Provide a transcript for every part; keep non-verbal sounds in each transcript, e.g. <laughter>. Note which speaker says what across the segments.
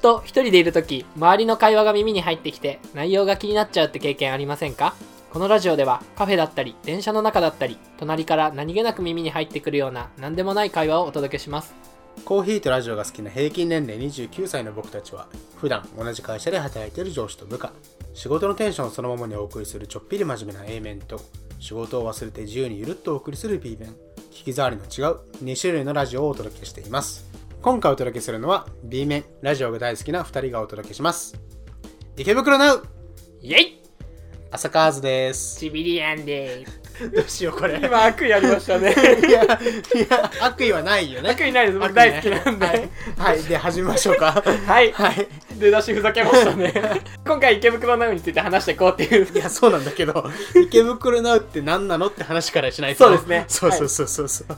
Speaker 1: と一人でいる時周りの会話が耳に入ってきて内容が気になっちゃうって経験ありませんかこのラジオではカフェだったり電車の中だったり隣から何気なく耳に入ってくるような何でもない会話をお届けします
Speaker 2: コーヒーとラジオが好きな平均年齢29歳の僕たちは普段同じ会社で働いている上司と部下仕事のテンションそのままにお送りするちょっぴり真面目な A 面と仕事を忘れて自由にゆるっとお送りする B 面聞き障りの違う2種類のラジオをお届けしています今回お届けするのは B 面ラジオが大好きな2人がお届けします池袋ナウ
Speaker 1: イェイ
Speaker 2: 浅川図です
Speaker 1: ちびりやんでーす
Speaker 2: どうしようこれいや
Speaker 1: 今悪意ありました <laughs> ね
Speaker 2: いや悪意はないよね
Speaker 1: 悪意ないです僕
Speaker 2: 悪意
Speaker 1: 大好きなんで、
Speaker 2: はい、はい、で始めましょう <laughs> か
Speaker 1: はい、
Speaker 2: はい
Speaker 1: 出だしふざけましたね今回池袋ナウについて話していこうって <laughs> いう
Speaker 2: いや、そうなんだけど、池袋ナウって何なのって話からしないと。
Speaker 1: そうですね
Speaker 2: そうそうそうそうそう。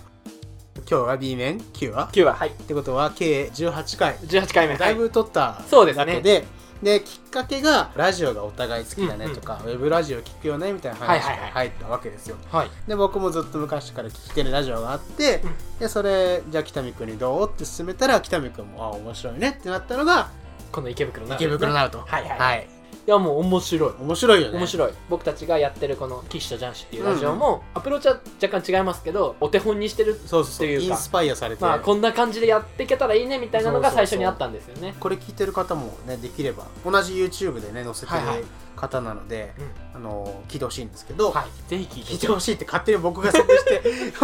Speaker 2: 今日は B 面 ?9 話っ
Speaker 1: 9話はい
Speaker 2: てことは、計18回。
Speaker 1: 18回目
Speaker 2: だいぶ撮った
Speaker 1: そうですね
Speaker 2: わけで、で、きっかけが、ラジオがお互い好きだねとか、ウェブラジオ聞くよねみたいな話
Speaker 1: はいはい
Speaker 2: が
Speaker 1: はい
Speaker 2: 入ったわけですよ。
Speaker 1: はい
Speaker 2: で、僕もずっと昔から聞いてるラジオがあって、で、それ、じゃあ北見くんにどうって勧めたら、北見くんも、あ、面白いねってなったのが、
Speaker 1: この池袋ナウ
Speaker 2: 池袋ナウと。
Speaker 1: はいはい
Speaker 2: はい。
Speaker 1: いやもう面白い
Speaker 2: 面白いよね。
Speaker 1: 面
Speaker 2: い。
Speaker 1: 白い僕たちがやってるこの「岸とジャンシっていうラジオも、アプローチは若干違いますけどお手本にしてる
Speaker 2: そうそうそう。
Speaker 1: っていう
Speaker 2: イ
Speaker 1: か
Speaker 2: ンスパイアされて。
Speaker 1: まあこんな感じでやっていけたらいいねみたいなのが
Speaker 2: そうそ
Speaker 1: 最
Speaker 2: うそ
Speaker 1: 初
Speaker 2: う
Speaker 1: にあったんですよね
Speaker 2: これ聞いてる方もねできれば同じ YouTube でね載せて
Speaker 1: はいはい
Speaker 2: る方なので、あの聞いてほしいんですけど、
Speaker 1: はいぜひ
Speaker 2: 聞
Speaker 1: 聞
Speaker 2: い
Speaker 1: いて
Speaker 2: てほしいって勝手に僕が設
Speaker 1: <laughs>
Speaker 2: 定して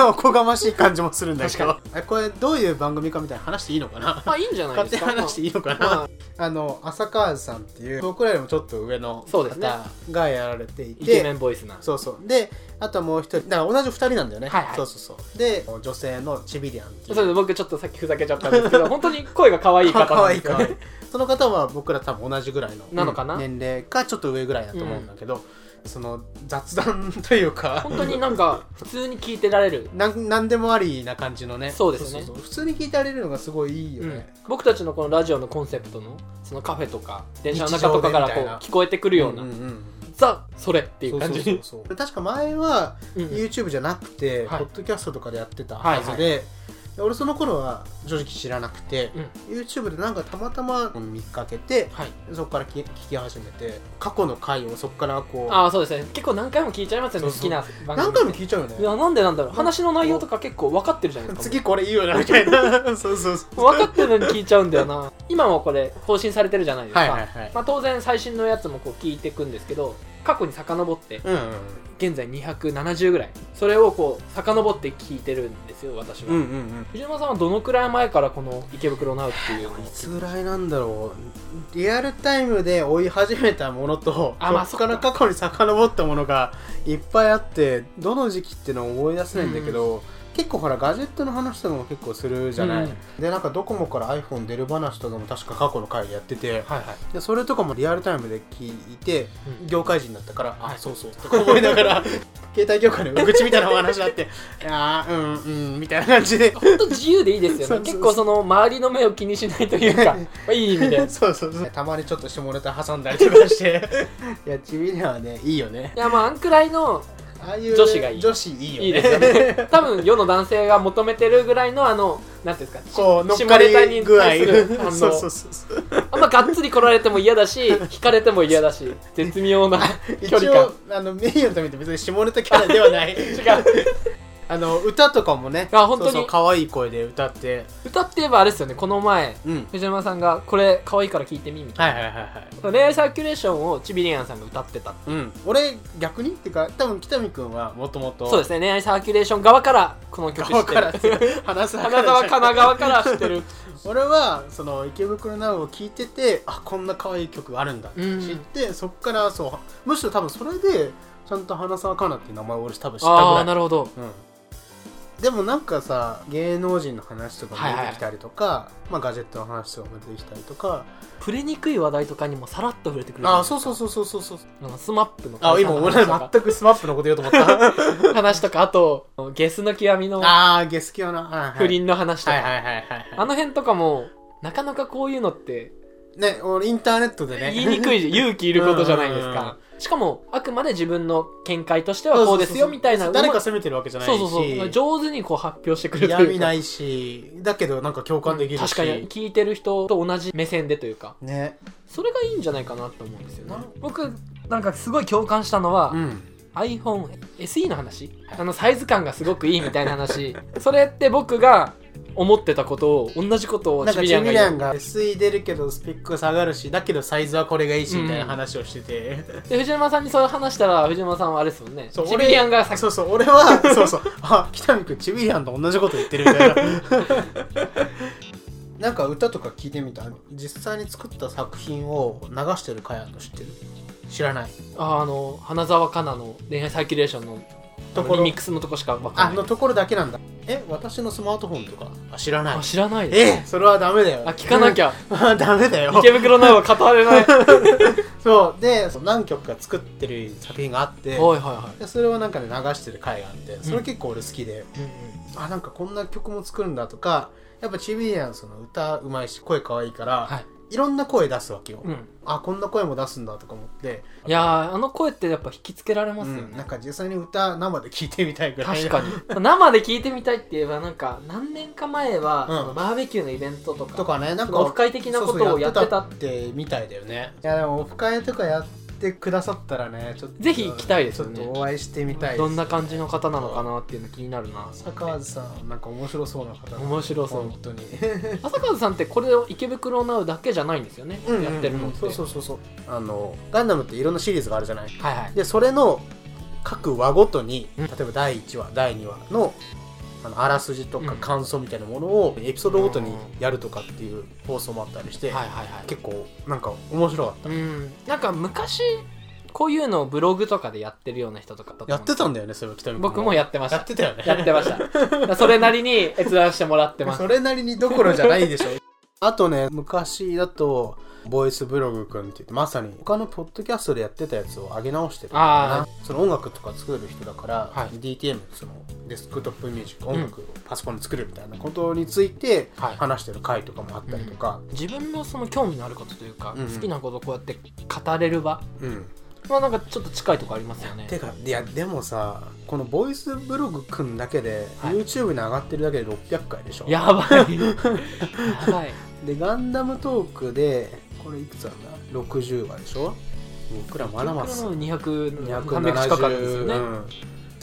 Speaker 2: おこがましい感じもするんだけど
Speaker 1: 確
Speaker 2: えこれどういう番組かみたいな話していいのかな
Speaker 1: まあいいんじゃない
Speaker 2: 勝
Speaker 1: で
Speaker 2: 手
Speaker 1: す
Speaker 2: に
Speaker 1: か
Speaker 2: 話していいのかな、
Speaker 1: まあ
Speaker 2: あの浅川さんっていう僕らよりもちょっと上の
Speaker 1: そうですね
Speaker 2: 方がやられていて
Speaker 1: イケメンボイスな
Speaker 2: そうそうであともう一人だから同じ二人なんだよね、
Speaker 1: はいはい
Speaker 2: そうそうそうで女性のチビリアンってい
Speaker 1: そううです僕ちょっとさっきふざけちゃったんですけど本当に声が可愛い方
Speaker 2: か
Speaker 1: な
Speaker 2: わ
Speaker 1: んで
Speaker 2: いい
Speaker 1: す
Speaker 2: か
Speaker 1: よ
Speaker 2: わい
Speaker 1: ね
Speaker 2: いその方は僕ら多分同じぐらいの
Speaker 1: なのかな
Speaker 2: 年齢かちょっと上ぐらいだと思うんだけど、その雑談というか
Speaker 1: <laughs> 本当になんか普通に聞いてられる
Speaker 2: なんなんでもありな感じのね
Speaker 1: そうですね
Speaker 2: そう普通に聞いてられるのがすごいいいよ
Speaker 1: うん
Speaker 2: ね、
Speaker 1: 僕たちのこのラジオのコンセプトのそのカフェとか電車の中とかから
Speaker 2: 日
Speaker 1: こう
Speaker 2: 常でみたいな
Speaker 1: 聞こえてくるような、
Speaker 2: んんん
Speaker 1: ザそれっていう感じに
Speaker 2: そうそうそう確か前は
Speaker 1: うん
Speaker 2: YouTube じゃなくて、
Speaker 1: はい
Speaker 2: ポッドキャストとかでやってたはずで、で俺その頃は正直知らなくて、YouTube でなんかたまたま見かけて
Speaker 1: はい
Speaker 2: そこから聞聞き始めて過去の回をそこからこう
Speaker 1: ああそうですね結構何回も聞いちゃいますよね
Speaker 2: そうそう
Speaker 1: 好きな番組
Speaker 2: 何回も聞いちゃうよね
Speaker 1: いやなんでなんだろう話の内容とか結構分かってるじゃないですか
Speaker 2: 次これいいよなみたいな <laughs> そうそうそう
Speaker 1: 分かってるのに聞いちゃうんだよ
Speaker 2: <laughs>
Speaker 1: な今もこれ更新されてるじゃないですか、
Speaker 2: はいはいはい
Speaker 1: まあ、当然最新のやつもこう聞いていくんですけど過去に遡って
Speaker 2: うんうん
Speaker 1: 現在270ぐらいそれをこう遡って聞いてるんですよ私は、
Speaker 2: うんうん
Speaker 1: 藤沼さんはどのくらい前からこの池袋ナウって
Speaker 2: <laughs>
Speaker 1: いうのを
Speaker 2: いつぐらいなんだろうリアルタイムで追い始めたものと
Speaker 1: あまあ
Speaker 2: そこから過去に遡ったものがいっぱいあってどの時期ってのを思い出せないんだけど、結構ほらガジェットの話とかも結構するじゃない、
Speaker 1: うん
Speaker 2: でなんかドコモから iPhone 出る話とかも確か過去の回でやってて
Speaker 1: はいはい
Speaker 2: でそれとかもリアルタイムで聞いて、
Speaker 1: うん
Speaker 2: 業界人だったから、
Speaker 1: はい
Speaker 2: あそうそうとか思いな
Speaker 1: <laughs>
Speaker 2: がら携帯業界の愚痴みたいなお話があっていやーうんうんみたいな感じで
Speaker 1: 本当自由でいいです
Speaker 2: <laughs> そう
Speaker 1: よ
Speaker 2: そ
Speaker 1: ね
Speaker 2: う
Speaker 1: 結構その周りの目を気にしないという
Speaker 2: <laughs>
Speaker 1: かまあいい意味で
Speaker 2: そうそうそうたまにちょっと下ネタ挟んだりとかして <laughs> いやちびりはねいいよね
Speaker 1: いやまああんくらいの
Speaker 2: ああいう
Speaker 1: 女子がいい
Speaker 2: 女子いいよね
Speaker 1: いいですよね多分世の男性が求めてるぐらいのあのなんていうんですか
Speaker 2: <laughs> こう乗っかり具合
Speaker 1: 下ネタに対する反応
Speaker 2: <laughs> そうそうそうそう
Speaker 1: あんまがっつり来られても嫌だ
Speaker 2: <laughs>
Speaker 1: し引かれても嫌だし絶妙な
Speaker 2: 一
Speaker 1: 距離感
Speaker 2: 応あのメインのためって別に下ネタキャラではない
Speaker 1: 違う
Speaker 2: あの歌とかもね
Speaker 1: あ本当に
Speaker 2: そうそう可愛い声で歌って
Speaker 1: 歌って言えばあれですよねこの前
Speaker 2: うん
Speaker 1: 藤山さんがこれ可愛いから聞いてみみたい
Speaker 2: はいはいはいはい
Speaker 1: な恋愛サーキュレーションをちびりやんさんが歌ってた
Speaker 2: うん、俺逆にっていうか多分北見君はもともと
Speaker 1: そうですね恋愛サーキュレーション側からこの曲知
Speaker 2: 川
Speaker 1: って
Speaker 2: から
Speaker 1: る
Speaker 2: っていう話す話
Speaker 1: 花沢神奈川から知って
Speaker 2: <laughs>
Speaker 1: る
Speaker 2: 俺はその池袋ナウを聴いててあこんな可愛い曲があるんだって知って、そっからそうむしろ多分それでちゃんと花澤香菜っていう名前を俺多分知ったぐ
Speaker 1: あ
Speaker 2: ら
Speaker 1: あ
Speaker 2: い
Speaker 1: なるほど
Speaker 2: うん、でもなんかさ芸能人の話とかも出てきたりとか、まあ、ガジェットの話とかも出てきたりとか
Speaker 1: 触れにくい話題とかにもさらっと触れてくる
Speaker 2: あそうそううそうそうそうそう
Speaker 1: スマップの
Speaker 2: あ今俺全くスマップのこと言おうと思った
Speaker 1: <laughs> 話とかあとゲスの極みの
Speaker 2: ああゲスキョな、はいはい
Speaker 1: 不倫の話と
Speaker 2: は
Speaker 1: か、
Speaker 2: いはいはいはいはい
Speaker 1: あの辺とかもなかなかこういうのって
Speaker 2: ね、俺インターネットでね <laughs>
Speaker 1: 言いにくいし勇気いることじゃないです
Speaker 2: うんうんうん
Speaker 1: かしかもあくまで自分の見解としてはこうですよみたいなう
Speaker 2: 誰
Speaker 1: ま
Speaker 2: か責めてるわけじゃないし
Speaker 1: そうそうそう上手にこう発表してくれると
Speaker 2: 嫌
Speaker 1: いう
Speaker 2: 味
Speaker 1: か
Speaker 2: ないしだけどなんか共感できるし、
Speaker 1: 確かに聞いてる人と同じ目線でというか
Speaker 2: ね
Speaker 1: それがいいんじゃないかなと思うんですよね
Speaker 2: な
Speaker 1: 僕なんかすごい共感したのは、
Speaker 2: うん
Speaker 1: iPhoneSE の話あのサイズ感がすごくいいみたいな話それって僕が思ってたことを同じことを
Speaker 2: なん
Speaker 1: チ
Speaker 2: か
Speaker 1: ビ
Speaker 2: チ
Speaker 1: リア
Speaker 2: ミ
Speaker 1: ンが
Speaker 2: リア
Speaker 1: 言
Speaker 2: ン
Speaker 1: う
Speaker 2: が SE 出るけどスペック下がるしだけどサイズはこれがいいしみたいな話をしてて、
Speaker 1: で藤山さんにそれ話したら藤山さんはあれですもんね
Speaker 2: そう
Speaker 1: チビリアンがさ
Speaker 2: そうそう俺は <laughs> そうそうあ北見君チビリアンと同じこと言ってるみたいな <laughs> なんか歌とか聞いてみた実際に作った作品を流してる回あるの知ってる知らない
Speaker 1: ああの花澤香菜の恋愛サーキュレーションの
Speaker 2: ところ
Speaker 1: リミックスのとこしか分か
Speaker 2: あ
Speaker 1: んない
Speaker 2: のところだけなんだえ私のスマートフォンとかあ知らない
Speaker 1: あ知らないです
Speaker 2: えそれはダメだよ
Speaker 1: あ聞かな
Speaker 2: <laughs>
Speaker 1: き
Speaker 2: ゃ
Speaker 1: ゃ
Speaker 2: ダメだよ
Speaker 1: 池袋ないは語れない <laughs> はい
Speaker 2: そうでそう何曲か作ってる作品があって
Speaker 1: はいは
Speaker 2: でそれをなんかね流してる回があってそれ結構俺好きで、
Speaker 1: い、うん
Speaker 2: あなんかこんな曲も作るんだとかやっぱチビリアンその歌うまいし声可愛いから、、
Speaker 1: はい
Speaker 2: ろんな声出すわけよ、
Speaker 1: うんうん、
Speaker 2: あこんな声も出すんだとか思って、
Speaker 1: いやーあの声ってやっぱ引きつけられますよね、
Speaker 2: うんなんか実際に歌生で聞いてみたいぐらい
Speaker 1: 確かに生で聞いてみたいって言えばなんか何年か前は、
Speaker 2: うん
Speaker 1: そのバーベキューのイベントとか
Speaker 2: とかねなんか
Speaker 1: オフ会的なことをやってた
Speaker 2: そうそうやってたってみたいだよねいやでもオフ会とかやってくださったらねちょっと
Speaker 1: ぜひ行きたいですよね
Speaker 2: ちょっとお会いしてみたいです
Speaker 1: どんな感じの方なのかなっていうの気になるな
Speaker 2: 浅川さんなんか面白そうな方だな
Speaker 1: 面白そう
Speaker 2: 本当に
Speaker 1: 浅川さんってこれを池袋ナウだけじゃないんですよね、やってるのって
Speaker 2: そうそうそうそうあのガンダムっていろんなシリーズがあるじゃない
Speaker 1: はいはい
Speaker 2: でそれの各話ごとに
Speaker 1: うん
Speaker 2: 例えば第1話第2話のあのあらすじとか
Speaker 1: うん
Speaker 2: 感想みたいなものをエピソードごとにやるとかっていう放送もあったりして、
Speaker 1: はいはいはい
Speaker 2: 結構なんか面白かっ
Speaker 1: うんなんか昔こういうのをブログとかでやってるような人とかだと
Speaker 2: たや
Speaker 1: 思う
Speaker 2: っ
Speaker 1: んで
Speaker 2: て
Speaker 1: すよ
Speaker 2: たんだよねそれは北見君
Speaker 1: 僕もやってまし
Speaker 2: やったてたよね
Speaker 1: やってましただ
Speaker 2: <laughs>
Speaker 1: からそれなりに閲覧してもらってます
Speaker 2: それなりにどころじゃないでしょあとね昔だとボイスブログくんって言ってまさに他のポッドキャストでやってたやつを上げ直してるの
Speaker 1: あ
Speaker 2: かなその音楽とか作る人だから、
Speaker 1: はい
Speaker 2: DTM そのデスクトップミュージック
Speaker 1: ん
Speaker 2: 音楽をパソコンで作るみたいなことについて
Speaker 1: はい
Speaker 2: 話してる回とかもあったりとか、
Speaker 1: 自分のその興味のあることというか、
Speaker 2: うんうん
Speaker 1: 好きなことをこうやって語れる場
Speaker 2: うん
Speaker 1: まあなんかちょっと近いとこありますよね
Speaker 2: てかいやでもさこのボイスブログくんだけで、
Speaker 1: はい
Speaker 2: YouTube に上がってるだけで600回でしょ
Speaker 1: や
Speaker 2: <laughs>
Speaker 1: ばいやばい
Speaker 2: でガンダムトークでこれいくつあんだ60話でしょ僕らまだまだ
Speaker 1: 僕らの200 300
Speaker 2: 270
Speaker 1: 近くあるんですよね、
Speaker 2: うん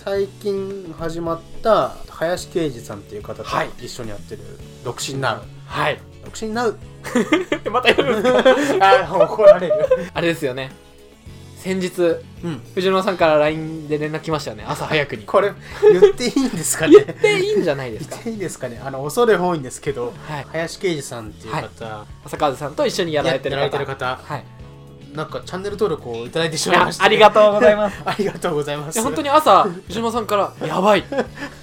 Speaker 2: 最近始まった林圭司さんっていう方と
Speaker 1: はい
Speaker 2: 一緒にやってる「独身なう
Speaker 1: はい」 <laughs>
Speaker 2: 「独身なう
Speaker 1: またやるんですか」
Speaker 2: あ怒られる
Speaker 1: あれですよね先日
Speaker 2: うん
Speaker 1: 藤沼さんから LINE で連絡来ましたよね朝早くに
Speaker 2: これ言っていいんですか
Speaker 1: 言っ
Speaker 2: ね
Speaker 1: ていいんじゃないで <laughs>
Speaker 2: 言
Speaker 1: すか
Speaker 2: っていいんですかねあの恐れ多いんですけど
Speaker 1: はい
Speaker 2: 林圭司さんっていう方、
Speaker 1: 浅川さんと一緒にやられてる
Speaker 2: や
Speaker 1: 方
Speaker 2: られてる方
Speaker 1: はい
Speaker 2: なんかチャンネル登録をいただいてし
Speaker 1: い
Speaker 2: まい
Speaker 1: や
Speaker 2: ました
Speaker 1: ありがとうございます
Speaker 2: <laughs> ありがとうございま
Speaker 1: い
Speaker 2: す
Speaker 1: や本当に朝藤沼さんから「やばい」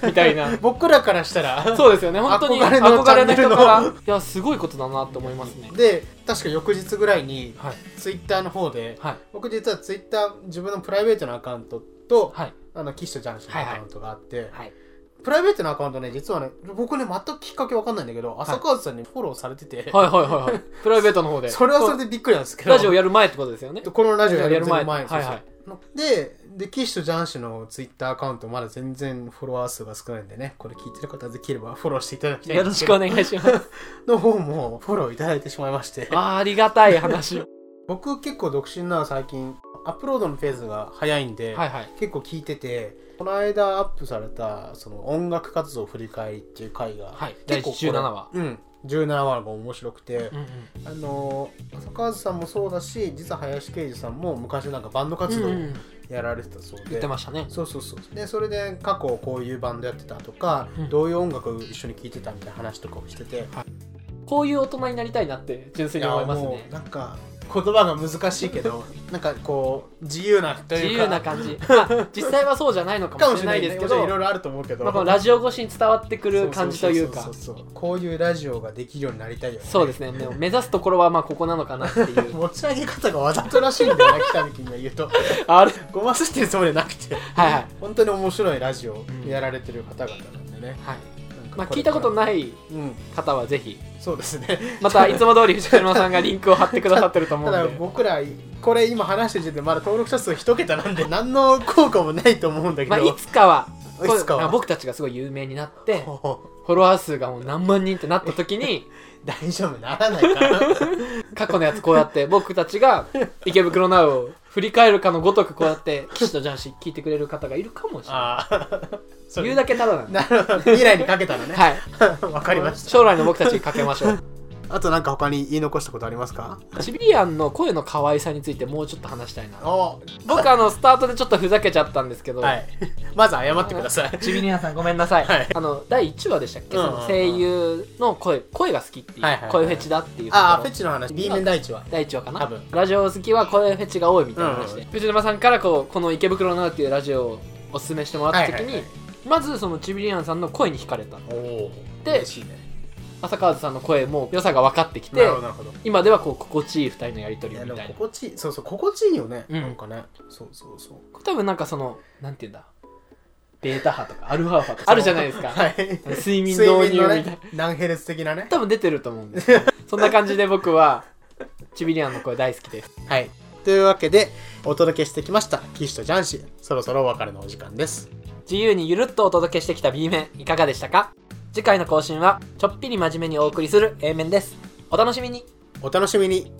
Speaker 1: みたいな <laughs>
Speaker 2: 僕らからしたら
Speaker 1: そうですよね、本当に
Speaker 2: 憧れの
Speaker 1: 憧れの人か
Speaker 2: チャン
Speaker 1: ら。
Speaker 2: ネ
Speaker 1: いや、すごいことだなって思いますね。
Speaker 2: で確か翌日ぐらいに
Speaker 1: はい。
Speaker 2: ツイッターの方で
Speaker 1: はい。
Speaker 2: 僕実はツイッター自分のプライベートのアカウントと、
Speaker 1: はい。
Speaker 2: あの岸とジャンシのアカウントがあって、
Speaker 1: はい。
Speaker 2: プライベートのアカウントね実はね僕ね全くきっかけわかんないんだけど浅川さんにフォローされてて、
Speaker 1: はいはいはいはい。プライベートの方で。
Speaker 2: それはそれでびっくりなんですけど
Speaker 1: ラジオやる前ってことですよね。
Speaker 2: このラジオやる
Speaker 1: や
Speaker 2: 前
Speaker 1: る前
Speaker 2: そうそう
Speaker 1: はい
Speaker 2: でで岸とジャンシのツイッターアカウントまだ全然フォロワー数が少ないんでねこれ聞いてる方できればフォローしていただきたい
Speaker 1: よろしくお
Speaker 2: ね
Speaker 1: 願いします。
Speaker 2: の方もフォローいただいてしまいまして
Speaker 1: <laughs> あーありがたい話。は
Speaker 2: 僕結構独身なの最近アップロードのペースが早いんで、
Speaker 1: いはい。
Speaker 2: 結構聞いててこの間アップされたその音楽活動振り返りっていう回が、
Speaker 1: はい
Speaker 2: 結構これ
Speaker 1: 第17話
Speaker 2: うん17話が面白くて
Speaker 1: う、んうん。
Speaker 2: あのー浅川さんもそうだし実は林圭司さんも昔なんかバンド活動
Speaker 1: うんうん
Speaker 2: やられてたそうで、
Speaker 1: 言ってましたね。
Speaker 2: そうそうそうでそれで過去こういうバンドやってたとか、
Speaker 1: うん
Speaker 2: どういう音楽一緒に聴いてたみたいな話とかをしてて、
Speaker 1: こういう大人になりたいなって純粋に思います
Speaker 2: も
Speaker 1: ね
Speaker 2: う。なんか言葉が難しいけどなんかこう自由なと
Speaker 1: 自
Speaker 2: い
Speaker 1: 由
Speaker 2: うか
Speaker 1: な感じ。まあ、実際はそうじゃないのか
Speaker 2: か
Speaker 1: も
Speaker 2: も
Speaker 1: し
Speaker 2: し
Speaker 1: れ
Speaker 2: れ
Speaker 1: な
Speaker 2: ない
Speaker 1: で
Speaker 2: いですす
Speaker 1: け
Speaker 2: け
Speaker 1: ど
Speaker 2: どい、ろいろあると思うけど、
Speaker 1: まあ、このラジオ越しに伝わってくる感じという
Speaker 2: そ
Speaker 1: か
Speaker 2: そ。そうそうこういうラジオができるようになりたいよね
Speaker 1: そうですね。でも目指すところはまあここなのかなってい
Speaker 2: <laughs>
Speaker 1: う。
Speaker 2: 持ち上げ方がわざとらしいんだよな北見君が言うと
Speaker 1: あれ
Speaker 2: <laughs> ごませてるつもりはなくて
Speaker 1: はいはい。
Speaker 2: 本当に面白いラジオを
Speaker 1: ん
Speaker 2: やられてる方々なんでね、
Speaker 1: はい。
Speaker 2: なん
Speaker 1: まあ、聞いたこと
Speaker 2: い、
Speaker 1: ない
Speaker 2: うん、
Speaker 1: 方はぜひ
Speaker 2: そうですね
Speaker 1: またいつも通り藤島さんがリンクを貼ってくださってると思う
Speaker 2: た
Speaker 1: んで
Speaker 2: だ僕らこれ今話してる時点でまだ登録者数一桁なんで何の効果もないと思うんだけど、
Speaker 1: まあ、いつかは
Speaker 2: いつかは
Speaker 1: こう僕たちがすごい有名になってフォロワー数がもう何万人ってなった時に
Speaker 2: <laughs> 大丈夫ならないかな
Speaker 1: 過去のやつこうやって <laughs> 僕たちが池袋ナウを振り返るかのごとくこうやって騎士と雀士聞いてくれる方がいるかもしれな
Speaker 2: あ
Speaker 1: <laughs>
Speaker 2: あ
Speaker 1: い
Speaker 2: そ
Speaker 1: 言う
Speaker 2: れ
Speaker 1: だけただなんで
Speaker 2: なるほど未来にかけたのね
Speaker 1: はい
Speaker 2: <laughs> わかりまし
Speaker 1: 将来の僕たちにかけましょう <laughs>
Speaker 2: たあとなんか他に言い残したことありますか
Speaker 1: シビリアンの声の可愛さについてもうちょっと話したいな
Speaker 2: お
Speaker 1: 僕あのスタートでちょっとふざけちゃったんですけど、
Speaker 2: はい <laughs> まず謝ってください
Speaker 1: シビリアンさんごめんなさい、
Speaker 2: はい
Speaker 1: あの第1話でしたっけ、
Speaker 2: うん
Speaker 1: その声優の声声が好きっていう、
Speaker 2: はいはいはい
Speaker 1: 声フェチだっていうところ
Speaker 2: <laughs> ああフェチの話 B 面第一は
Speaker 1: 第1話かな
Speaker 2: 多分
Speaker 1: ラジオ好きは声フェチが多いみたいな話で、
Speaker 2: う
Speaker 1: 藤沼さんからこうこの「池袋な」っていうラジオをおすすめしてもらった時に、
Speaker 2: はいはいは
Speaker 1: まずそのチビリアンさんの声に惹かれた
Speaker 2: おお
Speaker 1: で
Speaker 2: 嬉しいね
Speaker 1: 浅川さんの声も良さが分かってき
Speaker 2: な
Speaker 1: て
Speaker 2: るほどなるほど
Speaker 1: 今ではこう心地いい2人のやり取
Speaker 2: い
Speaker 1: り
Speaker 2: や
Speaker 1: をみ
Speaker 2: で
Speaker 1: た
Speaker 2: も
Speaker 1: いな
Speaker 2: 心地いいそうそう心地いいよね、
Speaker 1: うん
Speaker 2: なんかねそうそうそう
Speaker 1: 多分なんかそのなんて言うんだベータ波とかアルファ波とかあるじゃないですか、
Speaker 2: <laughs> はい
Speaker 1: <laughs> 睡眠導入みたいな、
Speaker 2: ね、何ヘルツ的なね
Speaker 1: 多分出てると思うんですよそんな感じで僕はチビリアンの声大好きです
Speaker 2: はいというわけでお届けしてきました岸とジャンシそろそろお別れのお時間です
Speaker 1: 自由にゆるっとお届けしてきた B 面いかがでしたか次回の更新はちょっぴり真面目にお送りする A 面ですお楽しみに
Speaker 2: お楽しみに